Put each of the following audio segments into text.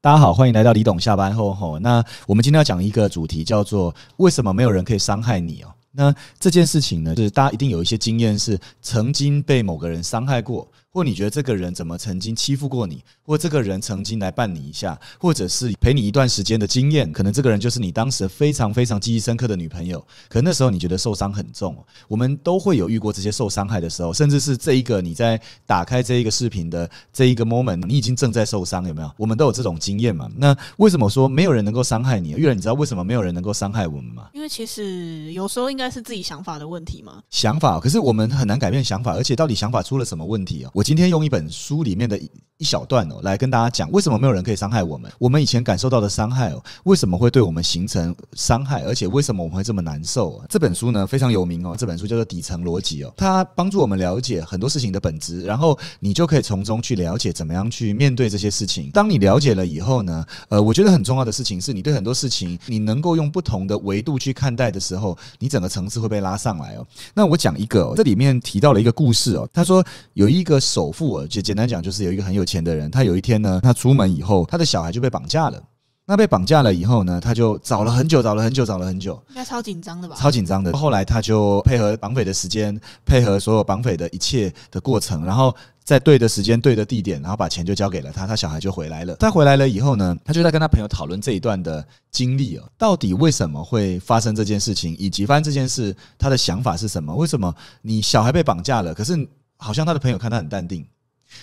大家好，欢迎来到李董下班后吼。那我们今天要讲一个主题，叫做为什么没有人可以伤害你哦。那这件事情呢，就是大家一定有一些经验，是曾经被某个人伤害过，或你觉得这个人怎么曾经欺负过你，或这个人曾经来绊你一下，或者是陪你一段时间的经验，可能这个人就是你当时非常非常记忆深刻的女朋友，可那时候你觉得受伤很重哦。我们都会有遇过这些受伤害的时候，甚至是这一个你在打开这一个视频的这一个 moment，你已经正在受伤，有没有？我们都有这种经验嘛？那为什么说没有人能够伤害你？玉人，你知道为什么没有人能够伤害我们吗？因为其实有时候应该是自己想法的问题嘛。想法，可是我们很难改变想法，而且到底想法出了什么问题啊？我今天用一本书里面的一一小段哦，来跟大家讲为什么没有人可以伤害我们，我们以前感受到的伤害哦，为什么会对我们形成伤害，而且为什么我们会这么难受、啊？这本书呢非常有名哦，这本书叫做《底层逻辑》哦，它帮助我们了解很多事情的本质，然后你就可以从中去了解怎么样去面对这些事情。当你了解了以后呢，呃，我觉得很重要的事情是你对很多事情你能够用不同的维度去看待的时候，你整个层次会被拉上来哦。那我讲一个、哦，这里面提到了一个故事哦。他说有一个首富哦，就简单讲就是有一个很有钱的人，他有一天呢，他出门以后，他的小孩就被绑架了。那被绑架了以后呢，他就找了很久，找了很久，找了很久，应该超紧张的吧？超紧张的。后来他就配合绑匪的时间，配合所有绑匪的一切的过程，然后在对的时间、对的地点，然后把钱就交给了他，他小孩就回来了。他回来了以后呢，他就在跟他朋友讨论这一段的经历哦，到底为什么会发生这件事情，以及发生这件事他的想法是什么？为什么你小孩被绑架了，可是好像他的朋友看他很淡定？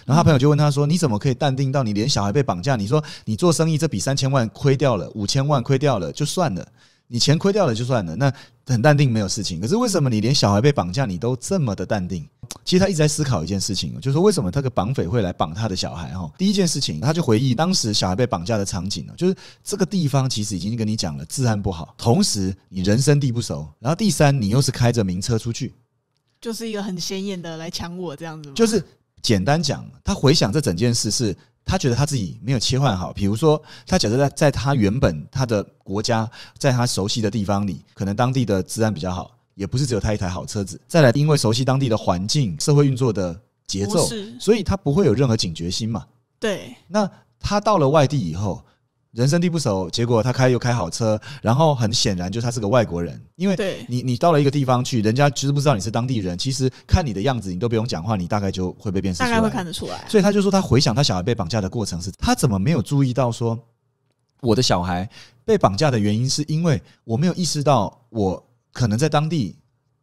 然后他朋友就问他说：“你怎么可以淡定到你连小孩被绑架？你说你做生意这笔三千万亏掉了，五千万亏掉了就算了，你钱亏掉了就算了，那很淡定没有事情。可是为什么你连小孩被绑架你都这么的淡定？”其实他一直在思考一件事情，就是说为什么他个绑匪会来绑他的小孩哈？第一件事情，他就回忆当时小孩被绑架的场景了，哦就是这个地方其实已经跟你讲了治安不好，同时你人生地不熟，然后第三你又是开着名车出去，就是一个很显眼的来抢我这样子吗？就是简单讲，他回想这整件事是，他觉得他自己没有切换好。比如说，他假设在在他原本他的国家，在他熟悉的地方里，可能当地的治安比较好，也不是只有他一台好车子。再来，因为熟悉当地的环境、社会运作的节奏不是，所以他不会有任何警觉心嘛。对，那他到了外地以后，人生地不熟，结果他开又开好车，然后很显然就是他是个外国人，因为对你你到了一个地方去，人家知不知道你是当地人，其实看你的样子，你都不用讲话，你大概就会被辨识出大来。概会看得出来啊。所以他就说，他回想他小孩被绑架的过程是，他怎么没有注意到说，我的小孩被绑架的原因是因为我没有意识到我可能在当地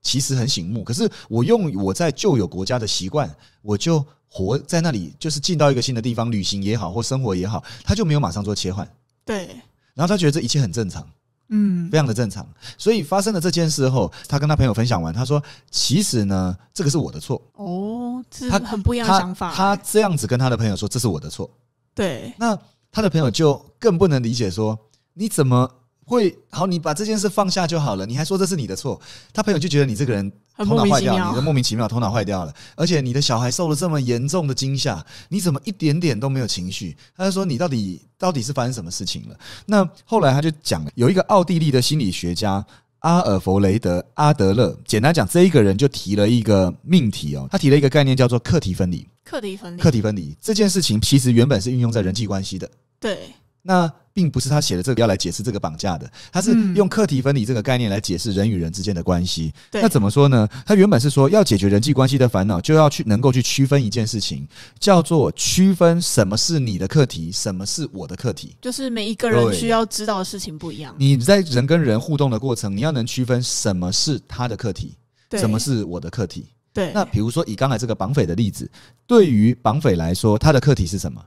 其实很醒目，可是我用我在旧有国家的习惯，我就活在那里，就是进到一个新的地方旅行也好，或生活也好，他就没有马上做切换，对，然后他觉得这一切很正常。嗯，非常的正常，所以发生了这件事后，他跟他朋友分享完，他说：“其实呢，这个是我的错。哦，这是他很不一样的他”想法欸。他这样子跟他的朋友说：“这是我的错。”对，那他的朋友就更不能理解说，你怎么会好？你把这件事放下就好了，你还说这是你的错？他朋友就觉得你这个人很头莫脑名坏其掉，你的妙。莫名其妙头脑坏掉了，而且你的小孩受了这么严重的惊吓，你怎么一点点都没有情绪？他就说你到底到底是发生什么事情了？那后来他就讲，有一个奥地利的心理学家。阿尔弗雷德·阿德勒，简单讲，这一个人就提了一个命题哦，他提了一个概念叫做课题分离。课题分离课，题分离这件事情其实原本是运用在人际关系的，对，那并不是他写的这个要来解释这个绑架的，他是嗯用课题分离这个概念来解释人与人之间的关系。对那怎么说呢？他原本是说要解决人际关系的烦恼，就要去能够去区分一件事情，叫做区分什么是你的课题，什么是我的课题。就是每一个人对需要知道的事情不一样。你在人跟人互动的过程，你要能区分什么是他的课题，对，什么是我的课题。对？那比如说以刚才这个绑匪的例子，对于绑匪来说，他的课题是什么？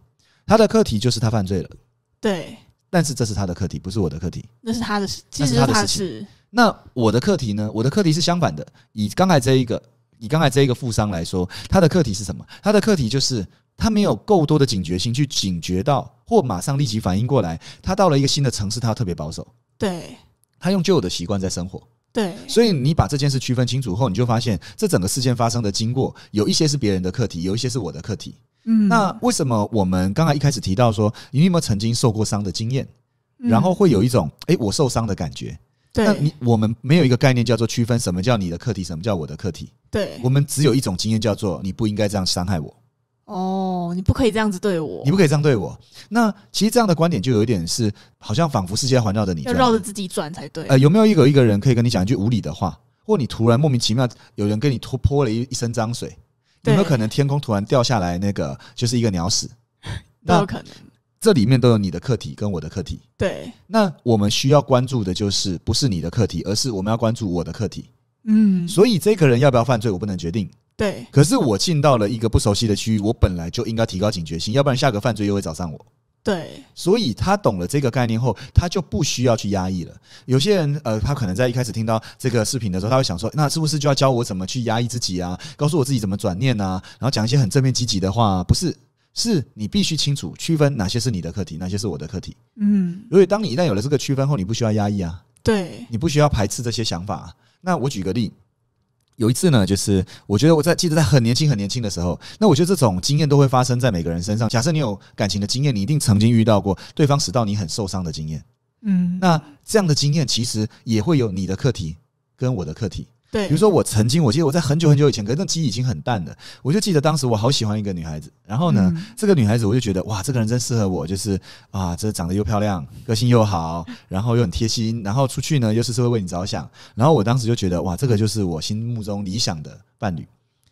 他的课题就是他犯罪了，对，但是这是他的课题，不是我的课题。那是他的事，其那是实他的他的事情事。那我的课题呢？我的课题是相反的。以刚才这一个，以刚才这一个富商来说，他的课题是什么？他的课题就是他没有够多的警觉心去警觉到，或马上立即反应过来。他到了一个新的城市，他特别保守，对他用旧有的习惯在生活。对所以你把这件事区分清楚后，你就发现这整个事件发生的经过，有一些是别人的课题，有一些是我的课题。嗯那为什么我们刚才一开始提到说，你有没有曾经受过伤的经验？嗯然后会有一种诶，我受伤的感觉。那对你我们没有一个概念叫做区分什么叫你的课题，什么叫我的课题。对我们只有一种经验叫做你不应该这样伤害我。哦，你不可以这样子对我你，不可以这样对我。那其实这样的观点就有一点是，好像仿佛世界环绕着你这要样，绕着自己转才对。呃，有没有一个一个人可以跟你讲一句无理的话，或你突然莫名其妙有人跟你泼泼了一一身脏水？有没有对可能天空突然掉下来那个就是一个鸟 屎？都有那可能。这里面都有你的课题跟我的课题。对，那我们需要关注的就是不是你的课题，而是我们要关注我的课题。嗯，所以这个人要不要犯罪，我不能决定。对，可是我进到了一个不熟悉的区域，我本来就应该提高警觉性，要不然下个犯罪又会找上我。对，所以他懂了这个概念后，他就不需要去压抑了。有些人，呃，他可能在一开始听到这个视频的时候，他会想说，那是不是就要教我怎么去压抑自己啊？告诉我自己怎么转念啊？然后讲一些很正面积极的话啊、不是，是你必须清楚区分哪些是你的课题，哪些是我的课题。嗯，因为当你一旦有了这个区分后，你不需要压抑啊，对，你不需要排斥这些想法啊、那我举个例。有一次呢，就是我觉得我在记得在很年轻很年轻的时候，那我觉得这种经验都会发生在每个人身上。假设你有感情的经验，你一定曾经遇到过对方使到你很受伤的经验。嗯，那这样的经验其实也会有你的课题跟我的课题。对，比如说我曾经，我记得我在很久很久以前，可是那记忆已经很淡了。我就记得当时我好喜欢一个女孩子，然后呢，嗯这个女孩子我就觉得哇，这个人真适合我，就是啊，这长得又漂亮，个性又好，然后又很贴心，然后出去呢又是是会为你着想。然后我当时就觉得哇，这个就是我心目中理想的伴侣。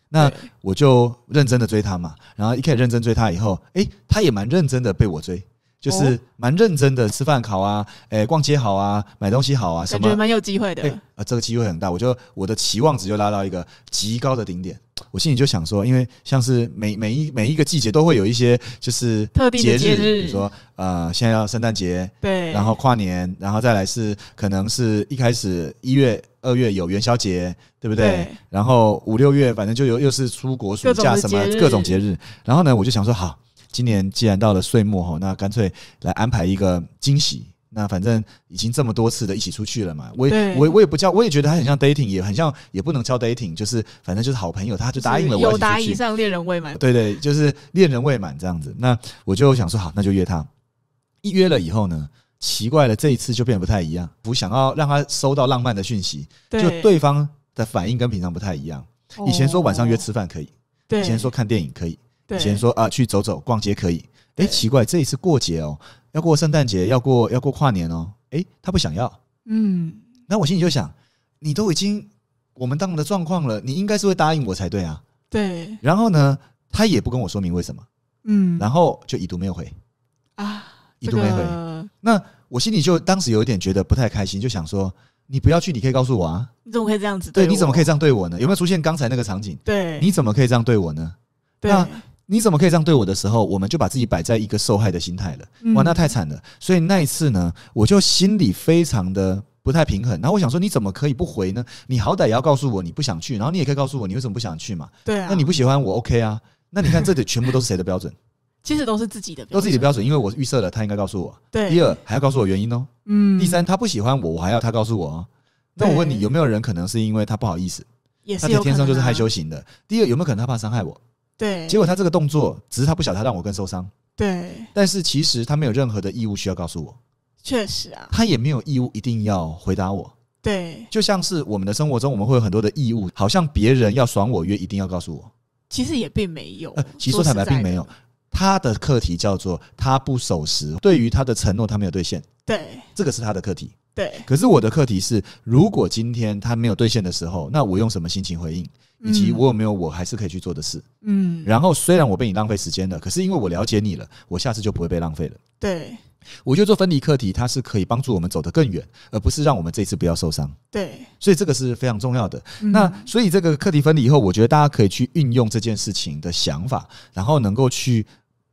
那对我就认真的追她嘛，然后一开始认真追她以后，诶，她也蛮认真的被我追。就是哦蛮认真的吃饭好啊，诶、逛街好啊，买东西好啊，什感么觉蛮有机会哎、的。啊，这个机会很大，我就我的期望值就拉到一个极高的顶点。我心里就想说，因为像是每每一每一个季节都会有一些就是特定的节日比如说呃，现在要圣诞节，对，然后跨年，然后再来是可能是一开始一月、二月有元宵节，对不对？对然后五六月反正就有又是出国暑各种假的什么节日各种节日，然后呢，我就想说好，今年既然到了岁末吼，那干脆来安排一个惊喜。那反正已经这么多次的一起出去了嘛，我也对我也我也不叫，我也觉得他很像 dating，也很像，也不能叫 dating，就是反正就是好朋友，他就答应了我要一有起出达去以上恋人未满。对对，就是恋人未满这样子。那我就想说好，那就约他。一约了以后呢，奇怪了，这一次就变得不太一样。我想要让他收到浪漫的讯息，就对，对方的反应跟平常不太一样。以前说晚上约吃饭可以，哦对，以前说看电影可以，对，以前说啊去走走逛街可以。哎，对奇怪，这一次过节哦，要过圣诞节，要过要过跨年哦。哎，他不想要。嗯，那我心里就想，你都已经我们当的状况了，你应该是会答应我才对啊。对，然后呢，他也不跟我说明为什么。嗯，然后就已读没有回，啊，已这读没回。个那我心里就当时有一点觉得不太开心，就想说你不要去，你可以告诉我啊，你怎么可以这样子对，我你怎么可以？这样对我呢？有没有出现刚才那个场景？对，你怎么可以这样对我呢？对那你怎么可以这样对我的时候，我们就把自己摆在一个受害的心态了，哇，嗯那太惨了。所以那一次呢，我就心里非常的不太平衡。然后我想说，你怎么可以不回呢？你好歹也要告诉我你不想去，然后你也可以告诉我你为什么不想去嘛。对啊，那你不喜欢我 OK 啊？那你看这里全部都是谁的标 准？其实都是自己的，都自己的标标准，因为我预设了他应该告诉我。准。第对，二还要告诉我原因哦。嗯，第三，他不喜欢我，我还要他告诉我哦。那我问你，对有没有人可能是因为他不好意思，也他是有可天生就是能啊害羞，型的？第二，有没有可能他怕伤害我？对，结果他这个动作，只是他不晓得他让我更受伤，对，但是其实他没有任何的义务需要告诉我，确实啊，他也没有义务一定要回答我。对，就像是我们的生活中，我们会有很多的义务，好像别人要爽我约，一定要告诉我。其实也并没有呃，其实说坦白哦实在并没的有，他的课题叫做他不守时，对于他的承诺他没有兑现，对这个是他的课题。对，可是我的课题是，如果今天他没有兑现的时候，那我用什么心情回应，以及嗯我有没有我还是可以去做的事。嗯，然后虽然我被你浪费时间了，可是因为我了解你了，我下次就不会被浪费了。对我觉得做分离课题，它是可以帮助我们走得更远，而不是让我们这次不要受伤。对，所以这个是非常重要的。嗯那所以这个课题分离以后，我觉得大家可以去运用这件事情的想法，然后能够去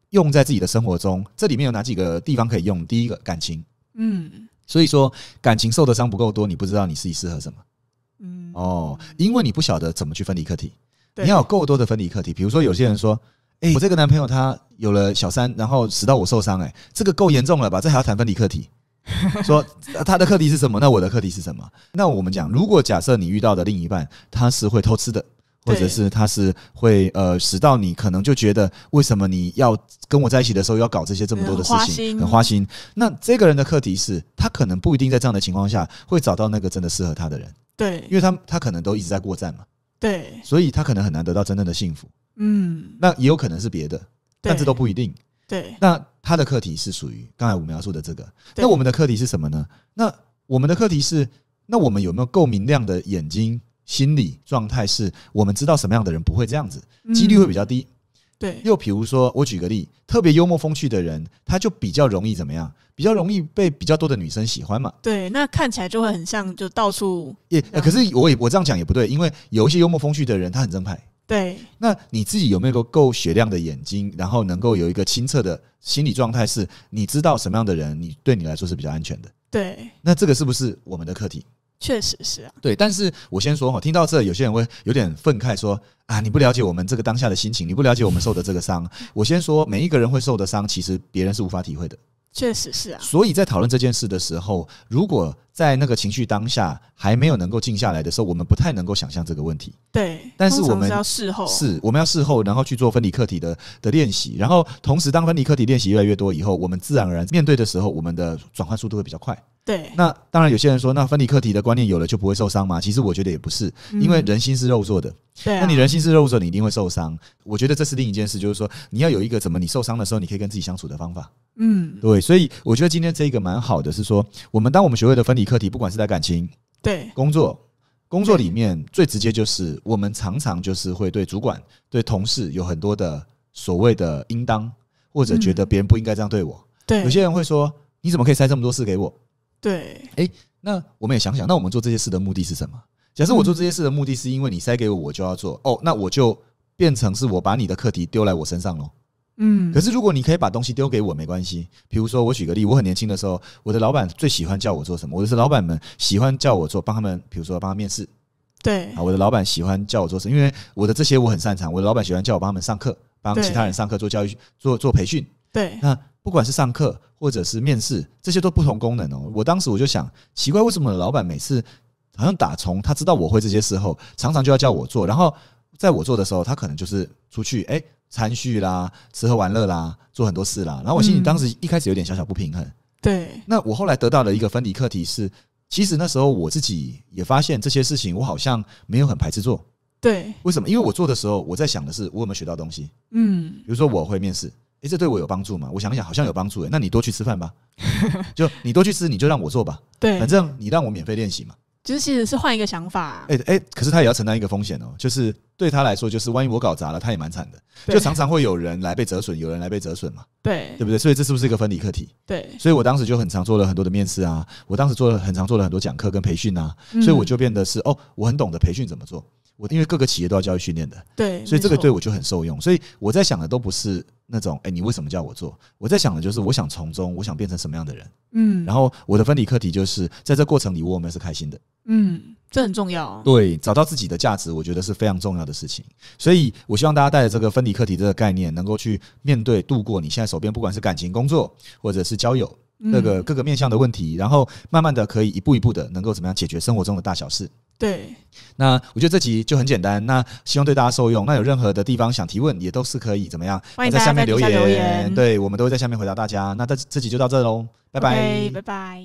用在自己的生活中。这里面有哪几个地方可以用？第一个，感情。嗯所以说，感情受的伤不够多，你不知道你自己适合什么。嗯哦，因为你不晓得怎么去分离课题，对嗯你要有够多的分离课题。比如说，有些人说：“哎、我这个男朋友他有了小三，然后使到我受伤，哎，这个够严重了吧？这还要谈分离课 题？”说呃他的课题是什么？那我的课题是什么？那我们讲，如果假设你遇到的另一半他是会偷吃的，或者对是他是会呃使到你可能就觉得为什么你要跟我在一起的时候要搞这些这么多的事很花情，心很花心。那这个人的课题是他可能不一定在这样的情况下会找到那个真的适合他的人。对因为他他可能都一直在过站嘛，对，所以他可能很难得到真正的幸福。嗯，那也有可能是别的，但这对都不一定。对那他的课题是属于刚才我描述的这个。对那我们的课题是什么呢？那我们的课题是，那我们有没有够明亮的眼睛？心理状态是我们知道什么样的人不会这样子，嗯几率会比较低。对，又比如说，我举个例，特别幽默风趣的人，他就比较容易怎么样？比较容易被比较多的女生喜欢嘛。对，那看起来就会很像，就到处也、了解呃可是我也我这样讲也不对，因为有一些幽默风趣的人，他很正派。对那你自己有没有够雪亮的眼睛，然后能够有一个清澈的心理状态，是你知道什么样的人，你对你来说是比较安全的？对，那这个是不是我们的课题？确实是啊，对，但是我先说哈，听到这，有些人会有点愤慨说啊，你不了解我们这个当下的心情，你不了解我们受的这个伤。 我先说，每一个人会受的伤，其实别人是无法体会的。确实是啊，所以在讨论这件事的时候，如果在那个情绪当下还没有能够静下来的时候，我们不太能够想象这个问题。对。但是通常我们是要事后是我们要事后，然后去做分离课题的的练习，然后同时当分离课题练习越来越多以后，我们自然而然面对的时候，我们的转换速度会比较快。对，那当然，有些人说，那分离课题的观念有了就不会受伤吗？其实我觉得也不是，因为嗯人心是肉做的，对啊，那你人心是肉做，你一定会受伤。我觉得这是另一件事，就是说你要有一个怎么你受伤的时候，你可以跟自己相处的方法。嗯，对，所以我觉得今天这个蛮好的，是说我们当我们学会的分离课题，不管是在感情、对工作。工作里面最直接就是，我们常常就是会对主管、对同事有很多的所谓的应当，或者觉得别人不应该这样对我。嗯对，有些人会说：“你怎么可以塞这么多事给我对？”那我们也想想，那我们做这些事的目的是什么？假设我做这些事的目的是因为你塞给我，我就要做哦，那我就变成是我把你的课题丢来我身上喽。嗯，可是如果你可以把东西丢给我，没关系。比如说，我举个例，我很年轻的时候，我的老板最喜欢叫我做什么？我的是老板们喜欢叫我做，帮他们，比如说帮他面试，对啊，我的老板喜欢叫我做事，因为我的这些我很擅长。我的老板喜欢叫我帮他们上课，帮对其他人上课做教育、做做培训。对那不管是上课或者是面试，这些都不同功能哦。我当时我就想，奇怪，为什么老板每次好像打从他知道我会这些事后，常常就要叫我做，然后在我做的时候，他可能就是出去哎参叙啦、吃喝玩乐啦、做很多事啦。然后我心里嗯当时一开始有点小小不平衡，对那我后来得到了一个分离课题是，其实那时候我自己也发现这些事情，我好像没有很排斥做。对，为什么？因为我做的时候，我在想的是我有没有学到东西。嗯比，如说我会面试，诶、这对我有帮助吗？我想一想，好像有帮助、诶，那你多去吃饭吧， 就你多去吃，你就让我做吧，对反，正哎你让我免费练习嘛。就是其实是换一个想法啊，诶、诶、可是他也要承担一个风险哦，就是对他来说，就是万一我搞砸了，他也蛮惨的。对就常常会有人来被折损，有人来被折损嘛，对对不对？所以这是不是一个分离课题？对，所以我当时就很常做了很多的面试啊，我当时做了很常做了很多讲课跟培训啊，嗯所以我就变得是哦，我很懂得培训怎么做。我因为各个企业都要教育训练的，对，所以没这个错对我就很受用。所以我在想的都不是那种，哎、你为什么叫我做？我在想的就是，我想从中，我想变成什么样的人。嗯，然后我的分离课题就是，在这过程里，我有没有是开心的？嗯，这很重要哦，对，找到自己的价值，我觉得是非常重要的事情。所以我希望大家带着这个分离课题这个概念，能够去面对、度过你现在手边不管是感情、工作，或者是交友。各个嗯各个面向的问题，然后慢慢的可以一步一步的能够怎么样解决生活中的大小事。对那我觉得这集就很简单，那希望对大家受用。那有任何的地方想提问，也都是可以怎么样？欢迎在大家下面在底留下言，留言对我们都会在下面回答大家。那这这集就到这喽，拜拜。 ，OK，拜拜。